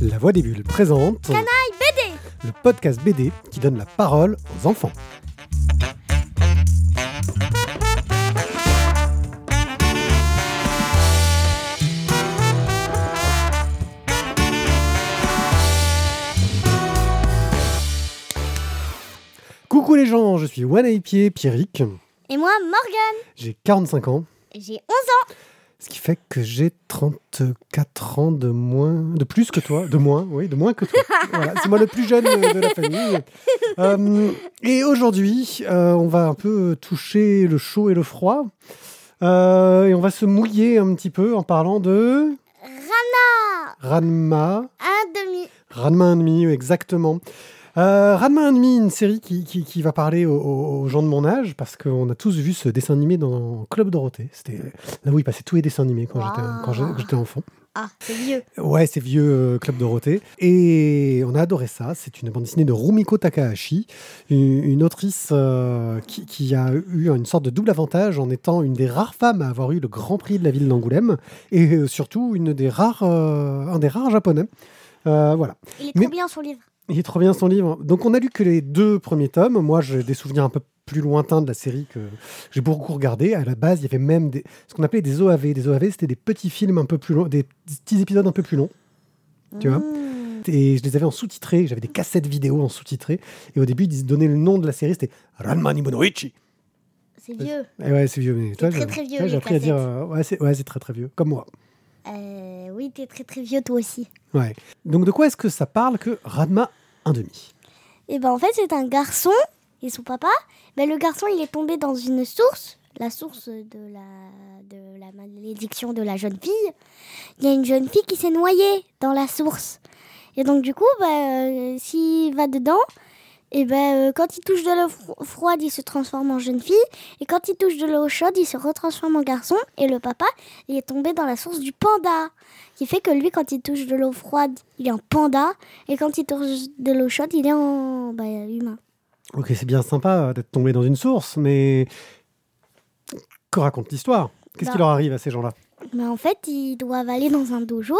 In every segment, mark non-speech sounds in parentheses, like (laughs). La Voix des Bulles présente Canaille BD Le podcast BD qui donne la parole aux enfants. Coucou les gens, je suis Wanaipier Pierrick, Et moi, Morgan, j'ai 45 ans, j'ai 11 ans. ce qui fait que j'ai 34 ans de moins, de plus que toi, de moins, oui, de moins que toi. Voilà, c'est moi le plus jeune euh, de la famille. Euh, et aujourd'hui, euh, on va un peu toucher le chaud et le froid. Euh, et on va se mouiller un petit peu en parlant de Ranma, Un demi. Ranma 1,5, exactement. Euh, Ranma 1,5, une série qui, qui- qui va parler aux, aux- aux gens de mon âge, parce qu'on a tous vu ce dessin animé dans Club Dorothée. C'était là où il passait tous les dessins animés quand j'étais- Waouh. quand j'ai- quand j'étais enfant. Ah, c'est vieux. Ouais, c'est vieux euh, Club Dorothée. Et on a adoré ça. C'est une bande dessinée de Rumiko Takahashi, une, une autrice euh, qui, qui a eu une sorte de double avantage en étant une des rares femmes à avoir eu le Grand Prix de la ville d'Angoulême et euh, surtout une des rares, euh, un des rares japonais. Euh, voilà. Il est Mais- trop bien son livre. Il est trop bien son livre. Donc on a lu que les deux premiers tomes. Moi, j'ai des souvenirs un peu plus lointains de la série que j'ai beaucoup regardé. À la base, il y avait même des, ce qu'on appelait des OAV. Des OAV, c'était des petits films un peu plus longs, des petits épisodes un peu plus longs. Tu vois Mmh. Et je les avais en sous-titré. J'avais des cassettes vidéo en sous-titré. Et au début, ils donnaient le nom de la série. C'était Ranma Nibonoichi. C'est vieux. Et ouais, c'est vieux. Mais toi, très, j'ai- très vieux, toi, J'ai les appris à dire. cassettes. euh, ouais, c'est ouais, c'est très très vieux. Comme moi. Euh, oui, t'es très très vieux toi aussi. Ouais. Donc de quoi est-ce que ça parle que Ranma 1,5 Et ben en fait, c'est un garçon et son papa. Mais le garçon, il est tombé dans une source, la source de la, de la malédiction de la jeune fille. Il y a une jeune fille qui s'est noyée dans la source. Et donc du coup, bah, euh, s'il va dedans, et ben euh, quand il touche de l'eau fro- froide, il se transforme en jeune fille. Et quand il touche de l'eau chaude, il se retransforme en garçon. Et le papa, il est tombé dans la source du panda. Qui fait que lui, quand il touche de l'eau froide, il est en panda. Et quand il touche de l'eau chaude, il est en bah, humain. Ok, c'est bien sympa euh, d'être tombé dans une source, mais que raconte l'histoire Qu'est-ce qui Bah. leur arrive à ces gens-là Mais en fait, ils doivent aller dans un dojo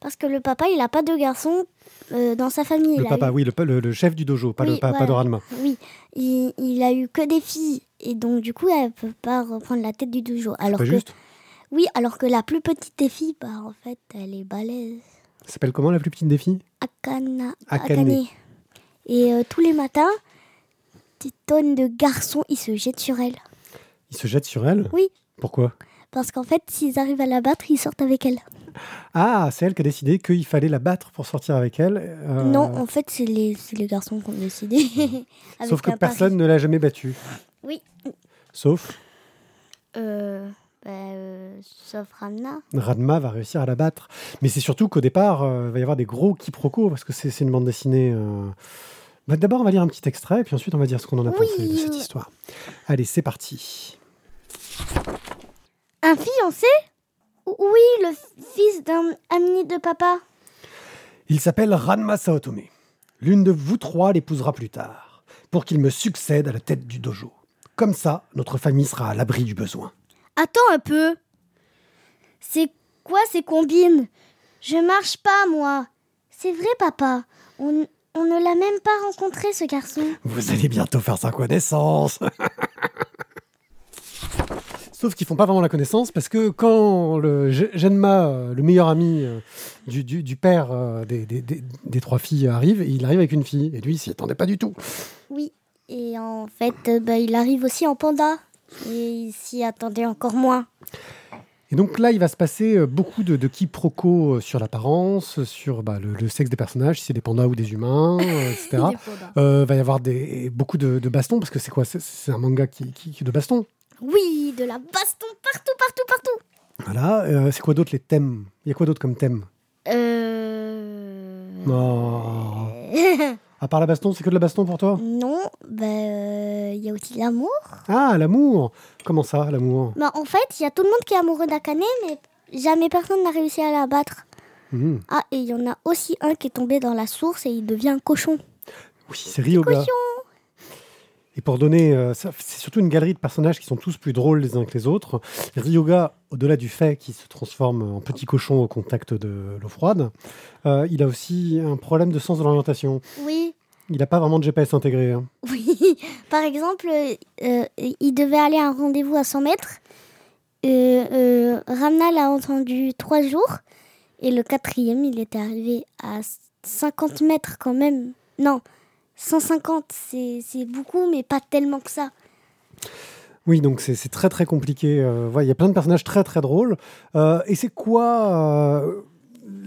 parce que le papa, il n'a pas de garçon euh, dans sa famille. Le Il a papa, oui, le, pa- le- le chef du dojo, pas le Oui, papa voilà. de Ranma. eu- oui, il, il a eu que des filles. Et donc, du coup, elle peut pas reprendre la tête du dojo. Alors Pas que, juste Oui, alors que la plus petite des filles, bah, en fait, elle est balèze. Ça s'appelle comment la plus petite des filles Akana, Akane. Akane. Et euh, tous les matins, des tonnes de garçons, ils se jettent sur elle. Ils se jettent sur elle Oui. Pourquoi Parce qu'en fait, s'ils arrivent à la battre, ils sortent avec elle. Ah, c'est elle qui a décidé qu'il fallait la battre pour sortir avec elle. euh, Non, en fait, c'est les, c'est les garçons qui ont décidé. (laughs) Avec sauf que un pari. personne ne l'a jamais battue. Oui. Sauf Euh, bah, euh, sauf Ramna. Ranma va réussir à la battre. Mais c'est surtout qu'au départ, euh, il va y avoir des gros quiproquos parce que c'est c'est une bande dessinée. euh. Bah, D'abord, on va lire un petit extrait et puis ensuite, on va dire ce qu'on en a Oui. pensé de cette histoire. Allez, c'est parti. Un fiancé Oui, le fils d'un ami de papa. Il s'appelle Ranma Saotome. L'une de vous trois l'épousera plus tard, pour qu'il me succède à la tête du dojo. Comme ça, notre famille sera à l'abri du besoin. Attends un peu. C'est quoi ces combines Je marche pas, moi. C'est vrai, papa. On, on ne l'a même pas rencontré, ce garçon. Vous allez bientôt faire sa connaissance (laughs) Sauf qu'ils font pas vraiment la connaissance parce que quand le G- Genma, euh, le meilleur ami euh, du, du- du père euh, des, des- des- des trois filles arrive, il arrive avec une fille et lui il s'y attendait pas du tout. Oui. Et en fait, euh, bah, il arrive aussi en panda. Et il s'y attendait encore moins. Et donc là, il va se passer euh, beaucoup de, de quiproquos euh, sur l'apparence, sur bah, le, le sexe des personnages, si c'est des pandas ou des humains, euh, etc. Euh, va y avoir des, beaucoup de, de bastons, parce que c'est quoi C'est- C'est un manga qui, qui- qui est de bastons. Oui, de la baston partout, partout, partout. Voilà. euh, c'est quoi d'autre les thèmes Il y a quoi d'autre comme thème Euh... (laughs) Non. À part la baston, c'est que de la baston pour toi non, bah, euh, il y a aussi l'amour. Ah, l'amour Comment ça, l'amour Bah, en fait, il y a tout le monde qui est amoureux d'Akane, mais jamais personne n'a réussi à la battre. Hmm. Ah, et il y en a aussi un qui est tombé dans la source et il devient un cochon. Oui, c'est Ryoga. Cochon Et pour donner, euh, ça- c'est surtout une galerie de personnages qui sont tous plus drôles les uns que les autres. Ryoga, au-delà du fait qu'il se transforme en petit cochon au contact de l'eau froide, euh, il a aussi un problème de sens de l'orientation. Oui, Il n'a pas vraiment de GPS intégré. hein. oui. (laughs) Par exemple, euh, euh, il devait aller à un rendez-vous à 100 mètres. Euh, euh, Ramna l'a entendu trois jours. Et le quatrième, il était arrivé à 50 mètres quand même. Non, 150, c'est c'est beaucoup, mais pas tellement que ça. Oui, donc c'est c'est très très compliqué. Euh, voilà, il y a plein de personnages très très drôles. Euh, et c'est quoi euh,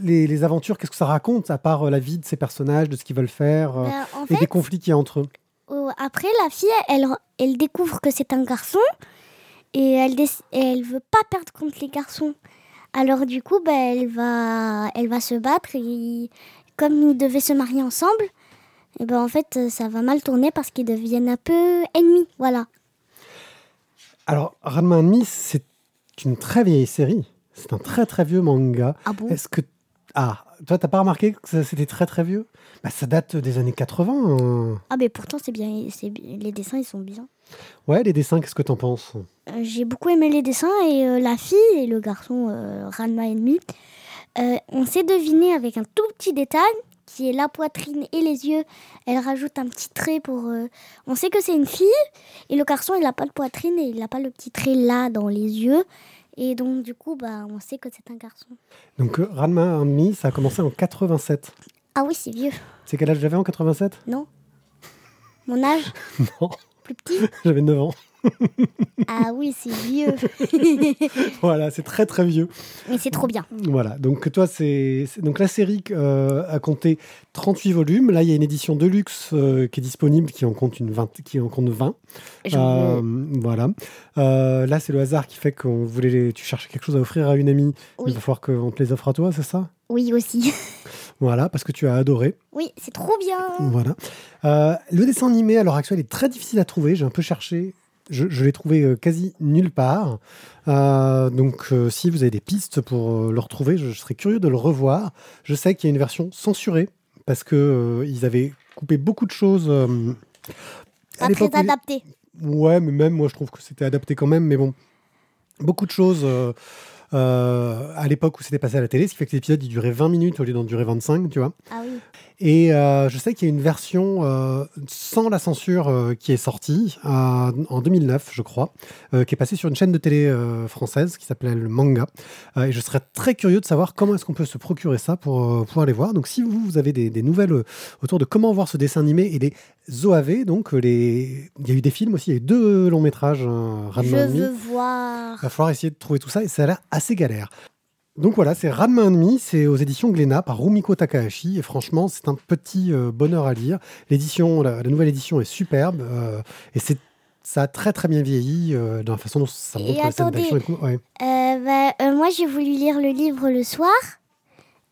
les, les aventures Qu'est-ce que ça raconte à part euh, la vie de ces personnages, de ce qu'ils veulent faire euh, Ben, en et fait, des conflits qu'il y a entre eux Euh, Après, la fille, elle, elle découvre que c'est un garçon et elle, déc- et elle veut pas perdre contre les garçons. Alors du coup, bah, elle, va, elle va se battre et comme ils devaient se marier ensemble, et ben en fait, euh, ça va mal tourner parce qu'ils deviennent un peu ennemis. Voilà. Alors, Ranma Miss, c'est une très vieille série. C'est un très très vieux manga. Ah bon Est-ce que. Ah, toi, t'as pas remarqué que ça- c'était très très vieux bah, Ça date des années 80. hein. Ah mais pourtant, c'est bien, c'est bi- les dessins, ils sont bien. Ouais, les dessins, qu'est-ce que t'en penses Euh, J'ai beaucoup aimé les dessins et euh, la fille et le garçon euh, Ranma ennemi. Euh, on s'est deviné avec un tout petit détail qui est la poitrine et les yeux. Elle rajoute un petit trait pour. euh, On sait que c'est une fille et le garçon il n'a pas de poitrine et il n'a pas le petit trait là dans les yeux. Et donc du coup bah on sait que c'est un garçon. Donc, euh, Ranma Miss, ça a commencé en 87. Ah oui c'est vieux. C'est quel âge j'avais en 87 Non. Mon âge Non, plus petit. (laughs) j'avais 9 ans. Ah oui c'est vieux. (laughs) Voilà, c'est très très vieux. Mais c'est trop bien. Voilà, donc toi, c'est c'est- donc la série euh, a compté 38 volumes. Là, il y a une édition de luxe euh, qui est disponible, qui en compte une 20, qui en compte 20. Je Euh, Voilà. Euh, là, c'est le hasard qui fait qu'on voulait. les- Tu cherches quelque chose à offrir à une amie. Oui. Il va falloir qu'on te les offre à toi, c'est ça Oui aussi. Voilà, parce que tu as adoré. Oui c'est trop bien. Voilà. Euh, le dessin animé à l'heure actuelle est très difficile à trouver. J'ai un peu cherché. Je, je l'ai trouvé euh, quasi nulle part. Euh, donc, euh, si vous avez des pistes pour euh, le retrouver, je, je serais curieux de le revoir. Je sais qu'il y a une version censurée parce que euh, ils avaient coupé beaucoup de choses. euh, à Pas très l'époque où il- adapté. Ouais, mais même moi, je trouve que c'était adapté quand même. Mais bon, beaucoup de choses euh, euh, à l'époque où c'était passé à la télé, ce qui fait que l'épisode il durait 20 minutes au lieu d'en durer 25, tu vois. Ah oui. Et euh, je sais qu'il y a une version euh, sans la censure euh, qui est sortie euh, en 2009, je crois, euh, qui est passée sur une chaîne de télé euh, française qui s'appelait le Manga. Euh, et je serais très curieux de savoir comment est-ce qu'on peut se procurer ça pour euh, pouvoir les voir. Donc si vous, vous avez des, des nouvelles euh, autour de comment voir ce dessin animé et des OAV, donc euh, les... il y a eu des films aussi, il y a eu deux longs métrages. hein, Ranma Je and Me. veux voir. Il va falloir essayer de trouver tout ça et ça a l'air assez galère. Donc voilà, c'est Ranma et demi, c'est aux éditions Glénat par Rumiko Takahashi et franchement, c'est un petit euh, bonheur à lire. L'édition, la, la nouvelle édition est superbe euh, et c'est ça a très très bien vieilli euh, dans la façon dont ça Et montre les scènes attendez. d'action. et tout. Ouais. Euh, bah, euh, moi, j'ai voulu lire le livre le soir.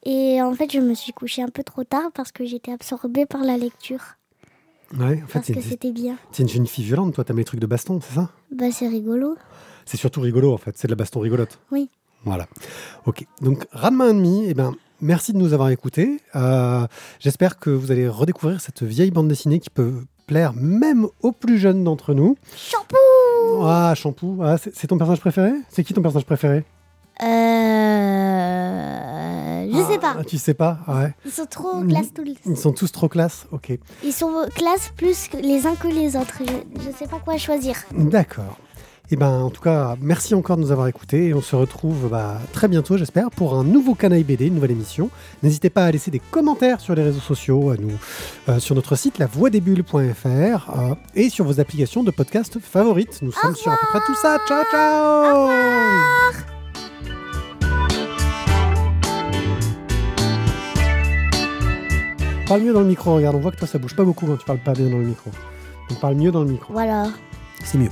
Et en fait, je me suis couchée un peu trop tard parce que j'étais absorbée par la lecture. Ouais, en fait, Parce c'est que une- c'était bien. c'est une jeune fille violente, toi, t'aimes les trucs de baston, c'est ça Bah, c'est rigolo. C'est surtout rigolo en fait, c'est de la baston rigolote. Oui. Voilà. Ok. Donc Ranma et demi, eh ben merci de nous avoir écoutés. Euh, J'espère que vous allez redécouvrir cette vieille bande dessinée qui peut plaire même aux plus jeunes d'entre nous. Shampoo Ah, Shampoo, ah, c'est c'est ton personnage préféré C'est qui ton personnage préféré Euh. Je sais pas. Ah, Tu sais pas Ah ouais. Ils sont trop Mhm. classe tous. Ils sont tous trop classe. Ok. Ils sont classe plus que- les uns que les autres. Je, je sais pas quoi choisir. D'accord. Eh ben, en tout cas, merci encore de nous avoir écoutés et on se retrouve bah, très bientôt, j'espère, pour un nouveau Canaille BD, une nouvelle émission. N'hésitez pas à laisser des commentaires sur les réseaux sociaux, à nous, euh, sur notre site lavoidesbulles.fr euh, et sur vos applications de podcast favorites. Nous sommes sur à peu près tout ça. Ciao, ciao Parle mieux dans le micro, regarde, on voit que toi ça bouge pas beaucoup quand tu parles pas bien dans le micro. On parle mieux dans le micro, Voilà. c'est mieux.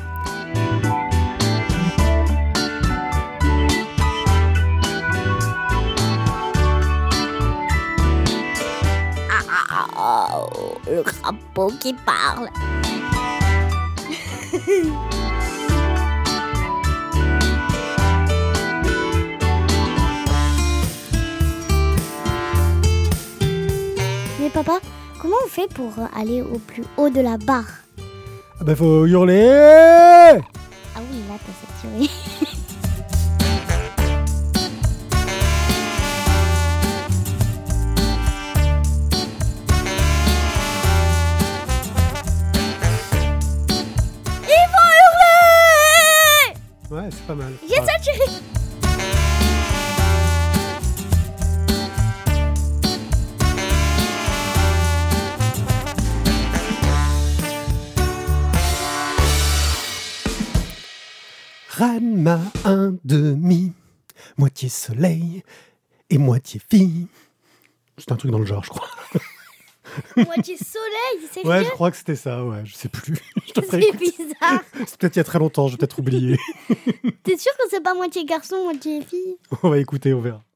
Ah, oh, le crapaud qui parle. (laughs) Mais papa, comment on fait pour aller au plus haut de la barre Ah bah faut hurler Ah oui, là, t'as saturé. (laughs) Ouais, c'est pas mal. J'ai Ouais. saturé. Ranma un demi, moitié soleil et moitié fille. C'est un truc dans le genre, je crois. Moitié soleil, c'est (laughs) Ouais, je crois que c'était ça, ouais, je sais plus. (laughs) Je te ferai C'est écouter. bizarre. C'est peut-être il y a très longtemps, j'ai peut-être oublié. T'es sûr que c'est pas moitié garçon, moitié fille (laughs) on va écouter, on verra.